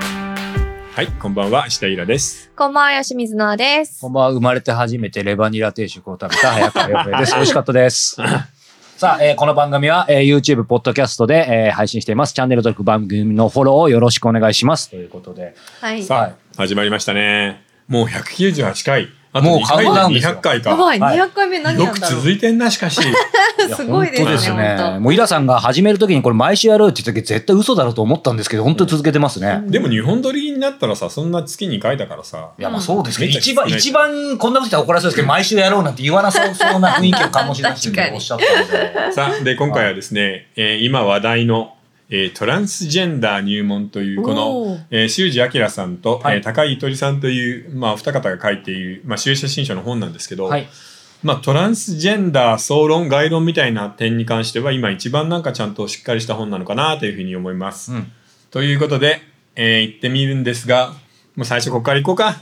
はい、こんばんは、下井らです。こんばんは、吉水奈ですこ。んばんは、生まれて初めてレバニラ定食を食べた早川洋 平です。美味しかったです。さあ、えーこの番組は、えー YouTube、ポッドキャストで、えー配信しています。チャンネル登録、番組のフォローをよろしくお願いします。ということで、はい。さあ、はい始まりましたね。もう198回。あもう2回カウントダウンですよ200回やか。ばい、はい200回目何よやんくだろう。続いてんな、し かし。すごいですね。本当ですね。本もう、イラさんが始めるときにこれ毎週やろうって言った時絶対嘘だろうと思ったんですけど、本当に続けてますね。でも、日本撮りになったらさ、そんな月2回だからさ。いや、まあそうですけど、うん一番、一番こんなこと言ったら怒らせるんですけど、毎週やろうなんて言わ なそうそうな雰囲気を醸し出して確るかにおっしゃったので。さあ、で、今回はですね、えー今話題の、えートランスジェンダー入門という、こおーの、えー、修二明さんと、はいえー高井ゆとりさんという、まあ、お二方が書いている、まあ、修写新書の本なんですけど、はい。まあ、トランスジェンダー総論概論みたいな点に関しては今一番なんかちゃんとしっかりした本なのかなというふうに思います。うんということで、えー行ってみるんですがもう最初ここから行こうか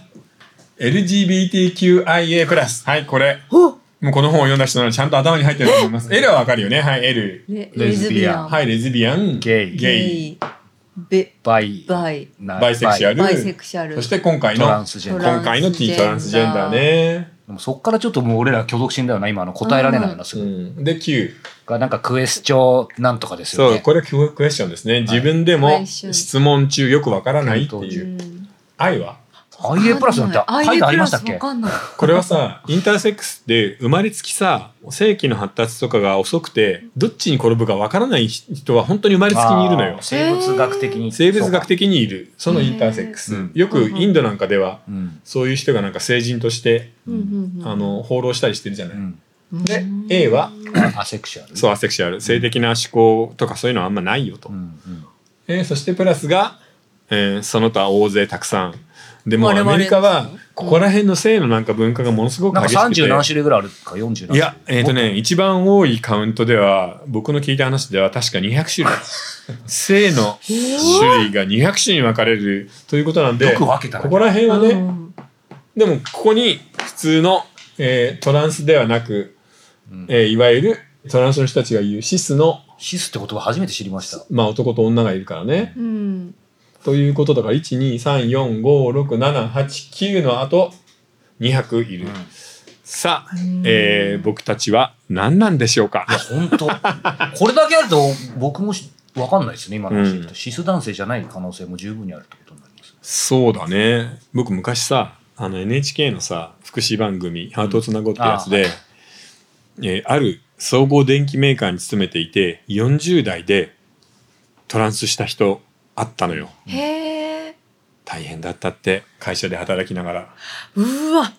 LGBTQIA+. はいこれ当もうこの本を読んだ人ならちゃんと頭に入ってると思います。L はわかるよねはい L。レレズビアンはいレズビアンゲイゲイイ。ベ、バイ、バイ、なバイセクシュアルバイセクシャル。そして今回のトランスジェンダー今回の T トランスジェンダーね。でもそっからちょっともう俺ら挙動心だよな、今の答えられないのすうぐ。ん、で Q。がなんかクエスチョンなんとかですよそうね。これはクエスチョンですね。自分ではもい質問中よくわからないっていうう。ん。愛は IA プラスなんて書いてありましたっ IA+ わけかんない。これは さインターセックスって生まれつきさ性器の発達とかが遅くてどっちに転ぶかわからない人は本当に生まれつきにいるのよあー生物学的に。生物学そうか。的にいるそのインターセックス、うんよくインドなんかではうん。そういう人がなんか成人としてうんうんうんあ、の放浪したりしてるじゃない、うん。で A はアセクシュアル。そうアセクシュアル性的な思考とかそういうのはあんまないよと、うん。うん。えーそしてプラスが、えーその他大勢たくさんでもう我ア々メリカはここら辺の性のなんか文化がものすごくなん激かしくて30何種類ぐらいあるか、40何種類。いや、えっ、とね、一番多いカウントでは、僕の聞いた話では確か200種類。 性の種類が200種類に分かれるということなんで、よく分けたねここら辺はうね、んでもここに普通の、えートランスではなく、えーいわゆるトランスの人たちが言うシスの、シスって言葉初めて知りました。まあ、男と女がいるからね。うん。ということだから、1、2、3、4、5、6、7、8、9の後、200いる。うんさあん、えー僕たちは何なんでしょうかいや、本当これだけあると僕もしわかんないですね、今の話聞くとうシス男性じゃない可能性も十分にあるってことになります。そうだね僕昔さあの NHK のさ福祉番組「ハートをつなごう」ってやつで、えーある総合電機メーカーに勤めていて40代でトランスした人あったのよへえ。大変だったって会社で働きながらうわ。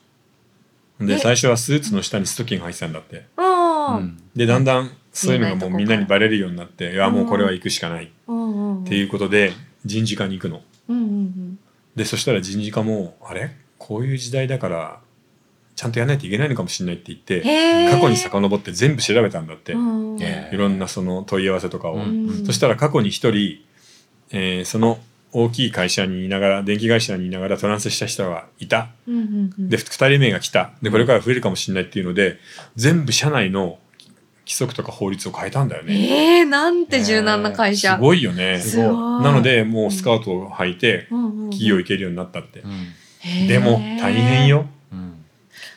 でえ最初はスーツの下にストッキング入ってたんだってう。うんんでだんだんそういうのがもうみ見んなないにとこかバらレるようになっていやもうこれは行くしかないっうんうん。っていうことで人事課に行くのうん。うんうんでそしたら人事課もあれこういう時代だからちゃんとやらないといけないのかもしれないって言ってうん。へえ。過去に遡って全部調べたんだって、うん。ねいろんなその問い合わせとかを、ううんそしたら過去に一人、えーその大きい会社にいながら電気会社にいながらトランスした人がいたうんうんうんで2人目が来たでこれから増えるかもしれないっていうので全部社内の規則とか法律を変えたんだよね、ええなんて柔軟な会社。すごいよねすごいなのでもうスカートを履いてうんうんうん企業行けるようになったって、うんへーでも大変。ようん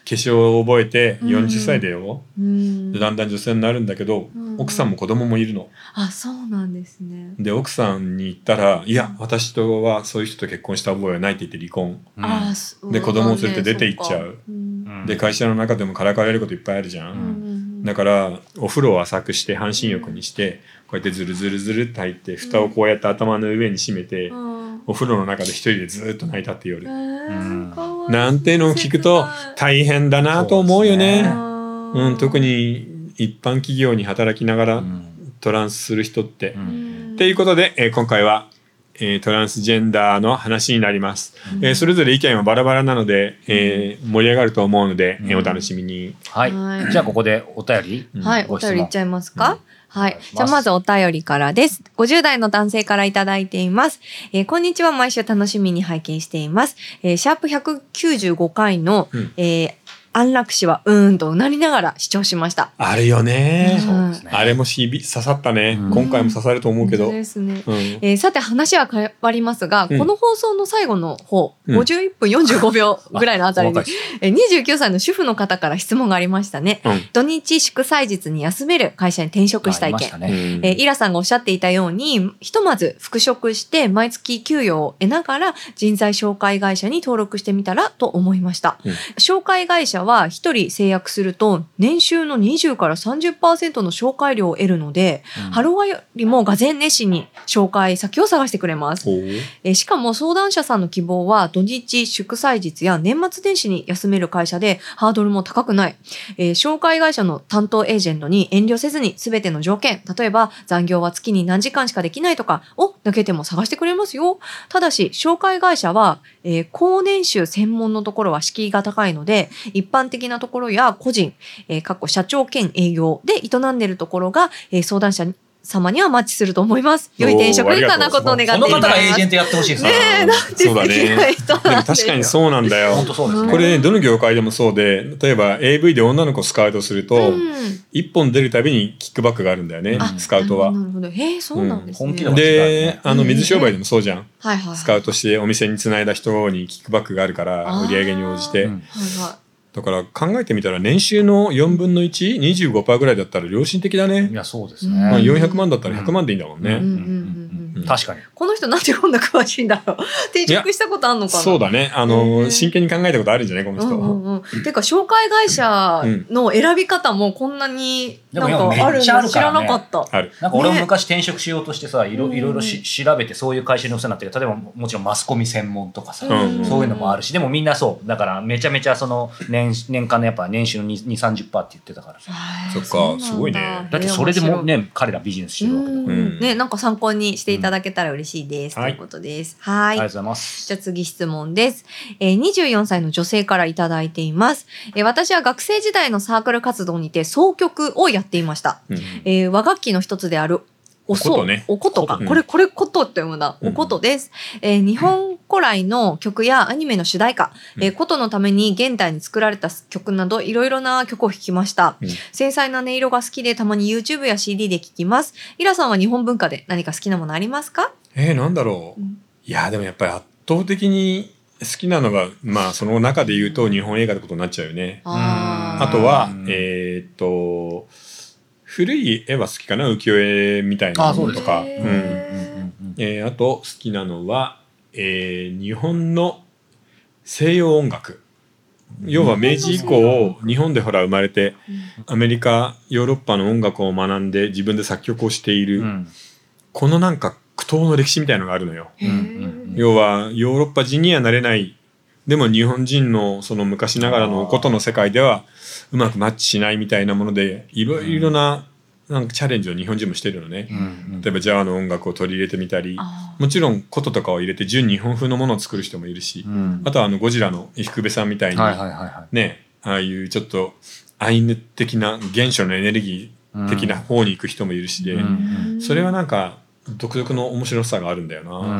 化粧を覚えてうん40歳だよ、うんで。だんだん女性になるんだけど、うん奥さんも子供もいるのあ、そうなんですね。で奥さんに言ったら「いや私とはそういう人と結婚した覚えはない」って言って離婚うんあ、そうで子供を連れて出て行っちゃう。うんで会社の中でもからかわれることいっぱいあるじゃ、うんんだからお風呂を浅くして半身浴にしてこうやってズルズルズルって入って蓋をこうやって頭の上に締めて、うんお風呂の中で一人でずーっと泣いたって夜、うんかわいいなんていうのを聞くと切大変だなと思うよそうねうですねないん、特。に一般企業に働きながら、うんトランスする人って、ううんんっていうことで、えー今回は、えートランスジェンダーの話になります、うんえーそれぞれ意見はバラバラなので、えー盛り上がると思うので、えーうんお楽しみにはい、はいじゃあここでお便り、うんはい、おご質問便りいっちゃいますか、うんはいお願い。しじゃますあまずお便りからです。50代の男性からいただいています。えーこんにちは。毎週楽しみに拝見しています。えーシャープ195回の、うんえー安楽死はうーんとうなりながら視聴しました。あるよねうん。そうですね。あれもひび刺さったね、うん今回も刺さると思うけど。本当ですね。うんえーさて話は変わりますが、うんこの放送の最後の方、うん51分45秒 ぐらいのあたりに細かいですえー29歳の主婦の方から質問がありましたね。うん土日祝祭日に休める会社に転職したあいりま件し。たうね。んえーイラさんがおっしゃっていたように、ひとまず復職して毎月給与を得ながら人材紹介会社に登録してみたらと思いました。うん紹介会社は一人制約すると年収の20から30%の紹介料を得るので、ハロワよりもがぜん熱心に紹介先を探してくれます。ほうえーしかも相談者さんの希望は土日祝祭日や年末年始に休める会社でハードルも高くない、えー紹介会社の担当エージェントに遠慮せずに全ての条件例えば残業は月に何時間しかできないとかを抜けても探してくれますよただし紹介会社は、えー高年収専門のところは敷居が高いので一般的なところや個人、えー、かっこ社長兼営業で営んでいるところが、えー相談者様にはマッチすると思います良い転職以下なことを願っていこますの方がエージェントやってほしいですねえ、なんてそうだ素ね敵な人でなもんで確すかにそうなんだよ。本当そうですね。これね、どの業界でもそうで、例えば AV で女の子スカウトすると、ん、一、本出るたびにキックバックがあるんだよね、うんスカウトは。なるほど。へえ、そうなんですね。うん本気だわで、あの、うん水商売でもそうじゃん。はいはい。スカウトしてお店に繋いだ人にキックバックがあるから、あー売り上げに応じて。うんはいはだから考えてみたら、年収の4分の1、25%ぐらいだったら良心的だねい。や、そうですまあ、うんね。 400万だったら100万でいいんだもんね。い。うんうんうんうんうん確かに。この人なんでこんな詳しいんだ ろう。転職したことあんのかな。そうだね。あうの、ん真剣に考えたことあるんじゃないこのうん人。うんうん。てか紹介会社の選び方もこんなになんでも今かあるめっちゃあのる知かららなねかった。ある。なんか俺もね昔転職しようとしてさ、いろうんいろいろし調べてそういう会社にお世話になってる。例えばもちろんマスコミ専門とかさ、うんそういうのもあるし。し、でもみんなそう。だからめちゃめちゃその年年間のやっぱ年収の2、30%って言ってたからさ。そっかうなんすごいねだってそれでも面白いね、彼らビジネスしてうるわけだから。んね、なんか参考にしていただけたら嬉しいです。うんということです。はあいりがとうございます。じゃあ次質問です。えー24歳の女性からいただいています、えー私は学生時代のサークル活動にて総曲をやっていました。うんえー和楽器の一つであるおおこそとねおことか。うんこれ、これことって読むな。うんおことです。えー日本古来の曲やアニメの主題歌、えーことのために現代に作られた曲などいろいろな曲を弾きました。うん繊細な音色が好きでたまに YouTube や CD で聴きます。イラさんは日本文化で何か好きなものありますかえー、なんだろう。うんいやーでもやっぱり圧倒的に好きなのがまあその中で言うと日本映画ってことになっちゃうよね。あーあとはうんえーっと古い絵は好きかな浮世絵みたいなあそのうでとすか。へうーんえーあと好きなのは、えー日本の西洋音楽。要は明治以降日本でほら生まれてアメリカヨーロッパの音楽を学んで自分で作曲をしている、うんこのなんか苦闘の歴史みたいのがあるのよ。うんうんうん要はヨーロッパ人にはなれないでも日本人のその昔ながらのことの世界ではうまくマッチしないみたいなものでいろいろななんかチャレンジを日本人もしてるのねう。ん例えばジャワの音楽を取り入れてみたりあーもちろん琴とかを入れて純日本風のものを作る人もいるしうんあとはあのゴジラの伊福部さんみたいにはいはいはいはねああいうちょっとアイヌ的な原初のエネルギい。ー的な方に行く人もいるしでうんうんそれはなんか独特の面白さがあるんだようんうな。んう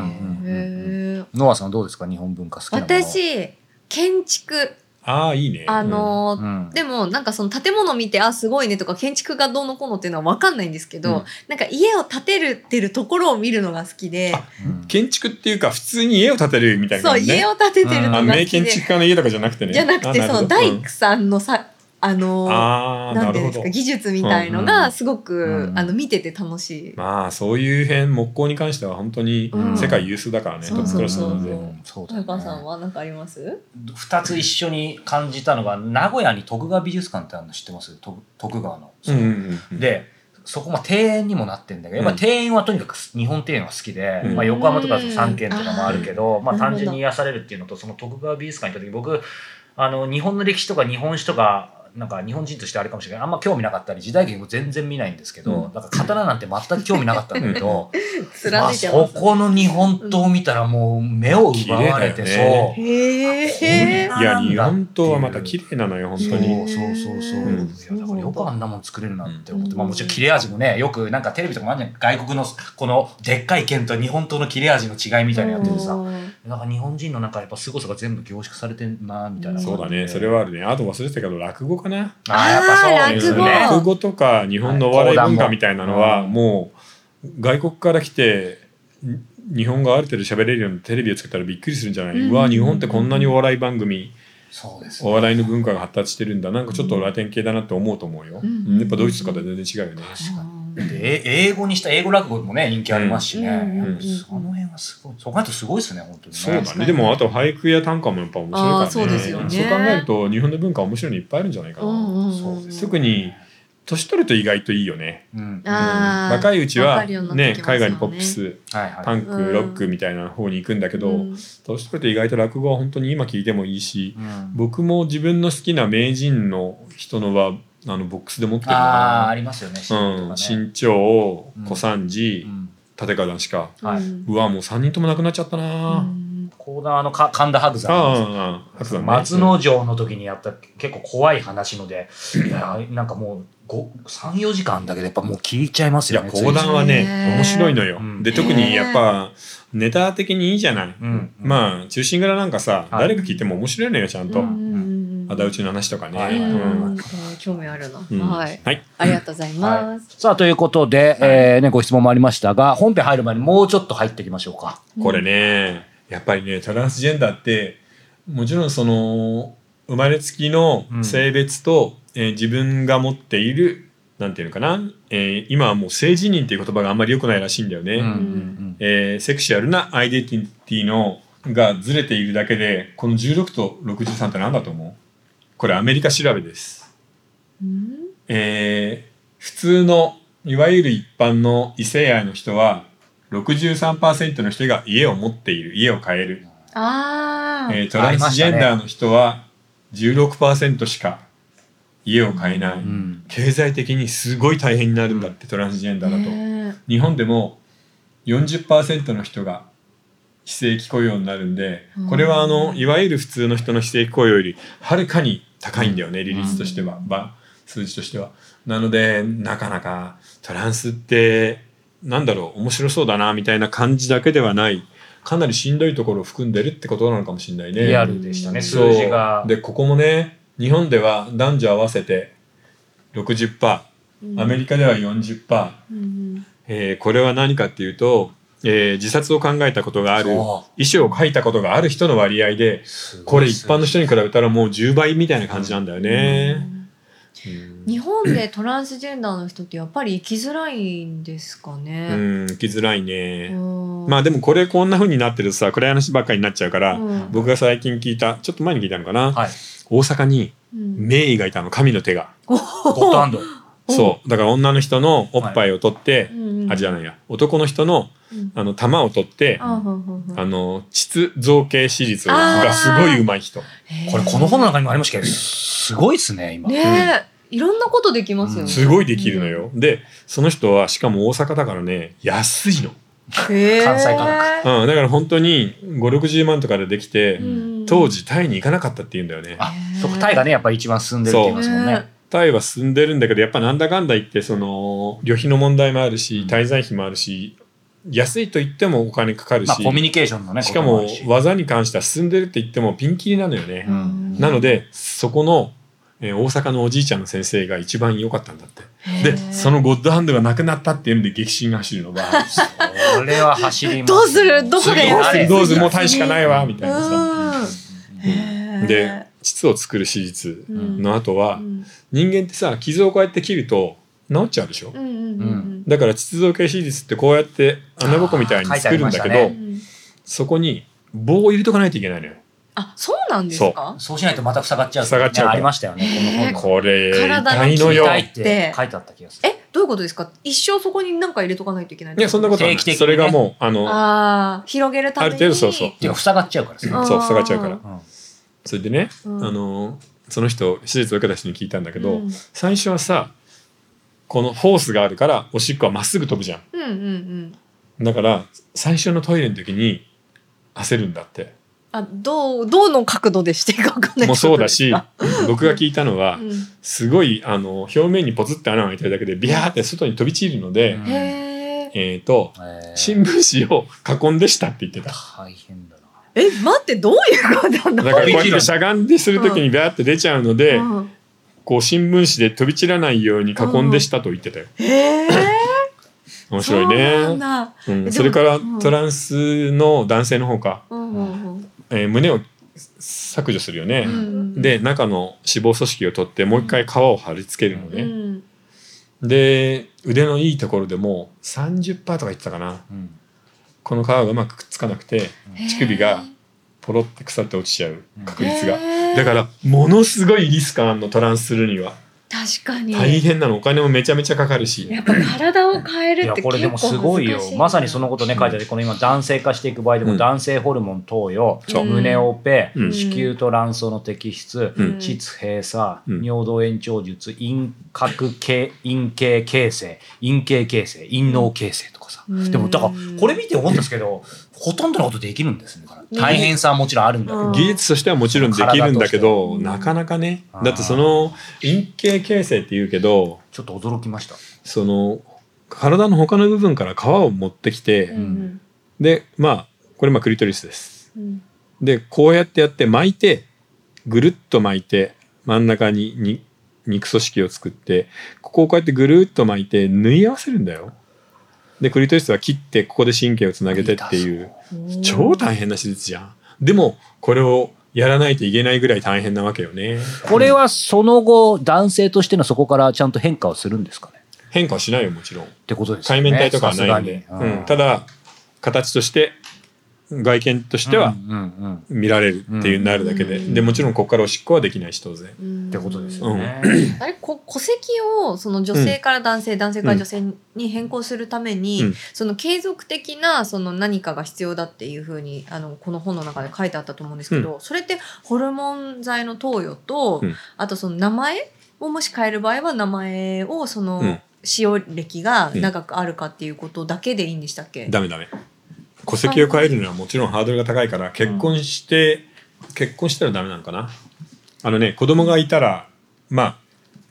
んへーノアさんどうですか日本文化好きなもの。私建築ああいいね。あのーうんでもなんかその建物見てあすごいねとか建築がどうのこうのっていうのは分かんないんですけど、うんなんか家を建てるってるところを見るのが好きであうん建築っていうか普通に家を建てるみたいなそう感じね家を建ててるのあがの好名き建で築家の家とかじゃなくてねじゃなくてあそのるほど大工さんのさあのうんーあーななんているうほんですどか技術みたいのうんうがんすごく、うんあの見てて楽しい。まあそういう辺木工に関しては本当にうん世界有数だからね、そトうップクそうラスそなうのそでううんそうだ豊よ川さんね。は何かあります？二つ一緒に感じたのが名古屋に徳川美術館ってあるの知ってます徳徳川の。うんうんうんでそこも庭園にもなってんだけど、やっぱ庭園はとにかく日本庭園は好きで、うんまあ、横浜とかうん三軒とかもあるけど、まあ、なるほど単純に癒されるっていうのとその徳川美術館行った時僕あの日本の歴史とか日本史とかなんか日本人としてあれかもしれないあんま興味なかったり時代劇も全然見ないんですけど、なんか刀なんて全く興味なかったんだけど、ま貫あ、いてまそす。この日本刀を見たらもう目を奪われて綺麗だよねそう。へえ。いや日本刀はまた綺麗なのよ本当にへそうそうそうそう、うんいやだからよくあんなもん作れるなって思って、うんまあもちろん切れ味もねよくなんかテレビとかもあんじゃん外国のこのでっかい剣と日本刀の切れ味の違いみたいなのやっててさ、うんなんか日本人の中やっぱ凄さが全部凝縮されてんなみたいなそうだね、それはあるね。あと忘れてたけど、落語かな。ああやっぱそうです落語ね落語とか日本のお笑い文化みたいなのうは、んもう外国から来て、ん日本がある程度喋れるようなテレビをつけたらびっくりするんじゃない、うんうわ、日本ってこんなにお笑い番組、そうですねお笑いの文化が発達してるんだ。なんかちょっとラテン系だなって思うと思うよ。ううんんやっぱドイツとかとは全然違うよね。確かにでえ英語にした英語落語もね人気ありますしね、うんやっぱその辺はすごいそこがとすごいですね本当にねそうだ確かにね。でもあと俳句や短歌もやっぱ面白いからあね。ーそうですよねそう考えると日本の文化面白いのいっぱいあるんじゃないかな。そうです特に年取ると意外といいよね。うんうんはあー若いうちわかはるようになってねきますよ海ね外のポップス、いはパいンク、うんロックみたいな方に行くんだけけど、年取ると意外と落語は本当に今聞いてもいいし、うん僕も自分の好きな名人の人のはあのボックスで持ってるああな。ありますよねうん、シーン身長うん、小三と治か、ね立川談志か。はいうわもう3人とも亡くなっちゃったな。講談あのか神田伯ああ山ああああそうだね松之丞の時にやった結構怖い話ので、いやなんかもう34時間だけでやっぱもう聞いちゃいますいよやね講談はねね面白いのよ、うんで特にやっぱネタ的にいいじゃない、うんまあ中心蔵なんかさ、はい誰が聞いても面白いのよちゃんと、うあだ討ちの話とかね、はういんうんあー興味あるな、うんはいありがとうございます、さあ、ということで、えーね、ご質問もありましたが、本編入る前にもうちょっと入っていきましょうか。これねやっぱりねトランスジェンダーってもちろんその生まれつきの性別と、えー自分が持っているなんていうのかな、えー今はもう性自認っていう言葉があんまり良くないらしいんだよね、うんえーセクシュアルなアイデンティティのがずれているだけでこの16と63って何だと思うこれアメリカ調べです、うんえー普通のいわゆる一般の異性愛の人は63%の人が家を持っている家を買える、あーえートランスジェンダーの人は16%しか家を買えない、うんうん経済的にすごい大変になるんだってトランスジェンダーだと。ね日本でも40%の人が非正規雇用になるんで、うんこれはあのいわゆる普通の人の非正規雇用よりはるかに高いんだよね利率としては、ば数字としては。なのでなかなかトランスってなんだろう面白そうだなみたいな感じだけではないかなりしんどいところを含んでるってことなのかもしれないね。リアルでしたね、そう数字が。でここもね日本では男女合わせて60%うんアメリカでは40%。うんえーこれは何かっていうと、えー自殺を考えたことがある遺そ書を書いたことがある人の割合でうすごいこれ一般の人に比べたらもう10倍みたいな感じなんだよね。うん日本でトランスジェンダーの人ってやっぱり生きづらいんですかうね、ん生きづらいね。うんまあでもこれこんな風になってるとさ暗い話ばっかりになっちゃうから、うん僕が最近聞いたちょっと前に聞いたのかな、はい。大阪にうん名医がいたの神の手が。ゴッドハンド。おそうだから女の人のおっぱいを取って、うんあじゃないや男の人のうんあの玉を取って、あはんはんはんあの膣造形手術がすごい上手い人。へーこれ、この本の中にもありましたけど、すごいですね、今。ねえいろんなことできますよね、すごいできるのよ、でその人はしかも大阪だからね安いの、へー関西科うん、だから本当に560万とかでできて、うん当時タイに行かなかったっていうんだよねあ、そこ、タイがね、やっぱ一番進んでるって言いますもんね。タイは進んでるんだけどやっぱなんだかんだ言ってその旅費の問題もあるし滞在費もあるし安いと言ってもお金かかるし、まあ、コミュニケーションのね、しかことあもるし技に関しては進んでるって言ってもピンキリなのよね、うんなのでそこの、えー大阪のおじいちゃんの先生が一番良かったんだってでそののゴッドハンドがなくなったっていうんで激震が走るのがそれは走りますどうするどこでやどうらすれるどうするもうタイしかないわみたいなさ。うで膣を作る手術うんの後は、うん人間ってさ傷をこうやって切ると治っちゃうでしょ、うんうんううんだから膣造形手術ってこうやって穴ぼこみたいに作るんだけあー書いてあど、うりんそこに棒を入れとかないといけないのよ。あそうなんですかんそうしないとまた塞がっちゃう。塞がっちゃうからありましたよね、この本の。これ体痛のいのよ。痛いっいて書いてあった気がする。えどういうことですか一生そこに何か入れとかないといけないやそんなことはな定い、期的にねそれがもうあのああ広げるためにある程度そうそうっていうか、塞がっちゃうからさ。そう塞がっちゃうからうんそれでね、うんあのその人手術を受けた人に聞いたんだけど、うん最初はさこのホースがあるからおしっこはまっすぐ飛ぶじゃん。うんうんうんだから最初のトイレの時に焦るんだってあどうどうの角度でしていいか分かんないもうそうだし けど僕が聞いたのはうんすごいあの表面にポツって穴が開いてるだけでビャーって外に飛び散るので、うんへええっ、とえー新聞紙を囲んでしたって言ってた大変だな。え、待って、どういうことなだのからこうやってしゃがんでする時にビャーって出ちゃうので、うんこう新聞紙で飛び散らないように囲んでしたと言ってたよ。へえ。面白いそうね。なんだ。そ,、でん、もそれからうんトランスの男性の方か、うんうんうんえー胸を削除するよね。うんで中の脂肪組織を取ってもう一回皮を貼り付けるのうね、ん。で腕のいいところでもう30%とか言ってたかなうんこの皮がうまくくっつかなくて乳首がへえポロって腐って落ちちゃう確率が、へーだからものすごいリスクあんのトランスするには確かに。大変なのお金もめちゃめちゃかかるしやっぱ体を変えるいやって結構難しいな。これでもすごいよまさにそのことね書いてあるこの今男性化していく場合でうもん男性ホルモン投与、そう胸オペ、うん子宮と卵巣の摘出、うん膣閉鎖、うん尿道延長術陰核系陰茎形成陰茎形成陰嚢形成とかさ、うんでもだからこれ見て思ったんですけどほとんどのことできるんですねだからね大変さはもちろんあるんだけど、うん技術としてはもちろんできるんだけど体としてなかなかねうんだってその陰茎形成っていうけどちょっと驚きましたその体の他の部分から皮を持ってきて、うんでまあこれまあクリトリスですうんうんでこうやってやって巻いてぐるっと巻いて真ん中にに肉組織を作ってここをこうやってぐるっと巻いて縫い合わせるんだよでクリトリスは切ってここで神経をつなげてっていううん超大変な手術じゃんでもこれをやらないといけないぐらい大変なわけよねこれはその後男性としてのそこからちゃんと変化をするんですかね変化はしないよもちろんってことですよ海ね面体とかはないんで、さすがにうんただ形として外見としてはうんうんうん見られるっていうなるだけで、うんでもちろんここからおしっこはできないし当然ってことですよよねね。あれこ戸籍をその女性から男性、男性から女性に変更するために、うんその継続的なその何かが必要だっていうふうにあのこの本の中で書いてあったと思うんですけど、それってホルモン剤の投与と、うんあとその名前をもし変える場合は名前をその、うん使用歴が長くあるかっていうことだけでいいんでしたっけ、ダメダメ戸籍を変えるのはもちろんハードルが高いから結婚して、結婚したらダメなのかなあのね子供がいたらまあ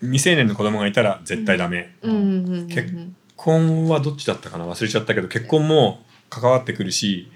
未成年の子供がいたら絶対ダメ、うんうんうんうん結結婚はどっちだったかな忘れちゃったけど結婚も関わってくるし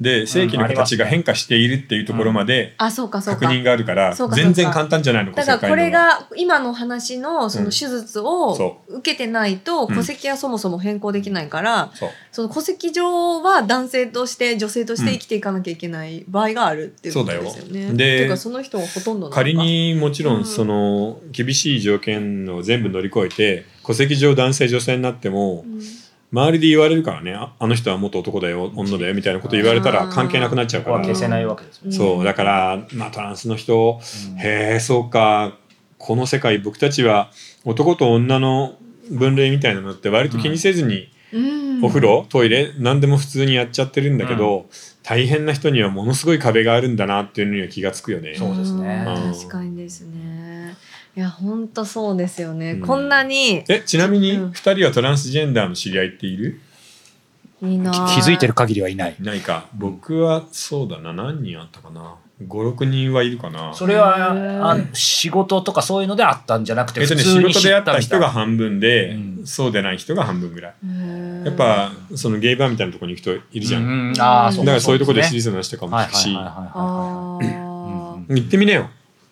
で正規の形が変化しているっていうところまであそうかそう確か認があるからそうかそう全か然簡単じゃないの戸だから籍こ変れえるのはが今の話のその手術うんをそ受けてないとうん戸籍はそもそも変更できないから、そうその戸籍上は男性として女性として生きていかなきゃいけない場合があるっていうことですよね。そうだよでていうかその人はほとんどなのか仮にもちろうんんその厳しい条件を全部乗り越えて戸籍上男性女性になってもうん周りで言われるからねああの人は元男だよ女だよみたいなこと言われたら関係なくなっちゃうこかこはら消せないわけですよ。そうだからまあトランスの人へえそうかこの世界僕たちは男と女の分類みたいなのって割と気にせずに、うんお風呂トイレ何でも普通にやっちゃってるんだけど、大変な人にはものすごい壁があるんだなっていうのには気がつくよね。そうですねうん確かにですね。いや本当そうですよね。こんなにえちなみにうん2人はトランスジェンダーの知り合いっているいいなき気づいてる限りはいない。ないか僕はそうだな何人あったかな56人はいるかなそれはあの仕事とかそういうのであったんじゃなくてえっ普とね通仕に事知で会っったたみた人いがな。半分で、うんそうでない人が半分ぐらいややっぱそのゲイバーみたいなとこに行く人いるじゃん、うんうんああだからそういうところでシリりーズの話とかもはい聞くはいしはいはいはあうんーうん行ってみなよ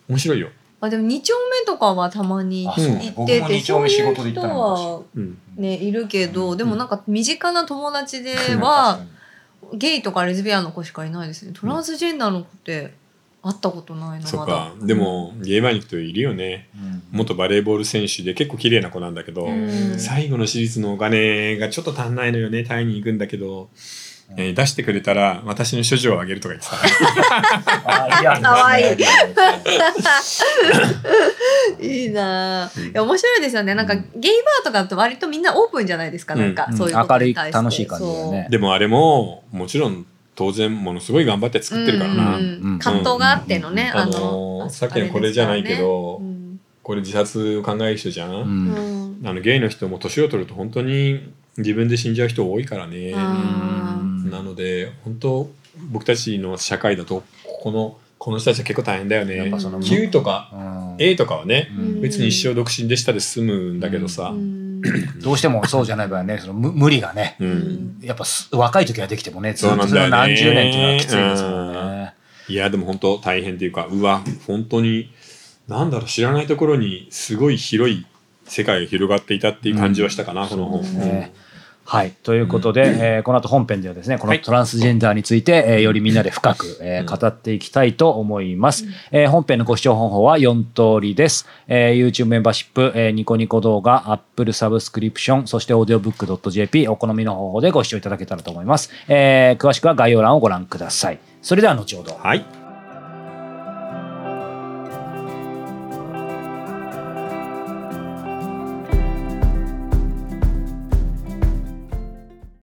面白いよ、あでも二丁目とかはたまに行あっそうねて僕て、も二丁目仕事で行ったのそういう人はうん、ねいるけど、うんでもなんか身近な友達でい。は、ゲイとかレズビアンの子しかいないですねトランスジェンダーの子って会ったことないなそまっだかでもゲイバーに行く人いるよねうん元バレーボール選手で結構綺麗な子なんだけど、 うん最後の私立のお金がちょっと足んないのよねタイに行くんだけど、えー出してくれたら私の処女をあげるとか言ってた あリアルですねかわいいリアルですねいいなぁうんいや面白いですよねなんかうゲイんバーとかだと割とみんなオープンじゃないですか、なんかうんそういうことに対して明るい楽しい感じだよねでもあれももちろん当然ものすごい頑張ってそう作ってるからな、うんうんうん葛藤があってのね、ああののさっきのこれじゃないけど、あれですこれ自殺を考える人じゃん、うからねうんんあのゲイの人も年を取ると本当に自分で死んじゃう人多いからね、あうんなので本当僕たちの社会だとここのこの人たちは結構大変だよやっねぱその Q とかうん A とかはねうん別に一生独身でしたで済むんだけどさ、うんどうしてもそうじゃない場合はねその無無理がねうんうんやっぱす若い時はできてもねずそうっなとんそだよれね何十年っていうのはきついですもんね。いや、でも本当大変っていうか、うわ、本当に、なんだろう、知らないところにすごい広い世界が広がっていたっていう感じはしたかな、この本。そうねはい。ということで、えーこの後本編ではですね、このはいトランスジェンダーについて、えーよりみんなで深く、えーうん語っていきたいと思います。うんえー本編のご視聴方法は4通りです。えー YouTube メンバーシップ、えーニコニコ動画、Apple サブスクリプション、そして audiobook.jp、お好みの方法でご視聴いただけたらと思います。えー詳しくは概要欄をご覧ください。それでは後ほど。はい。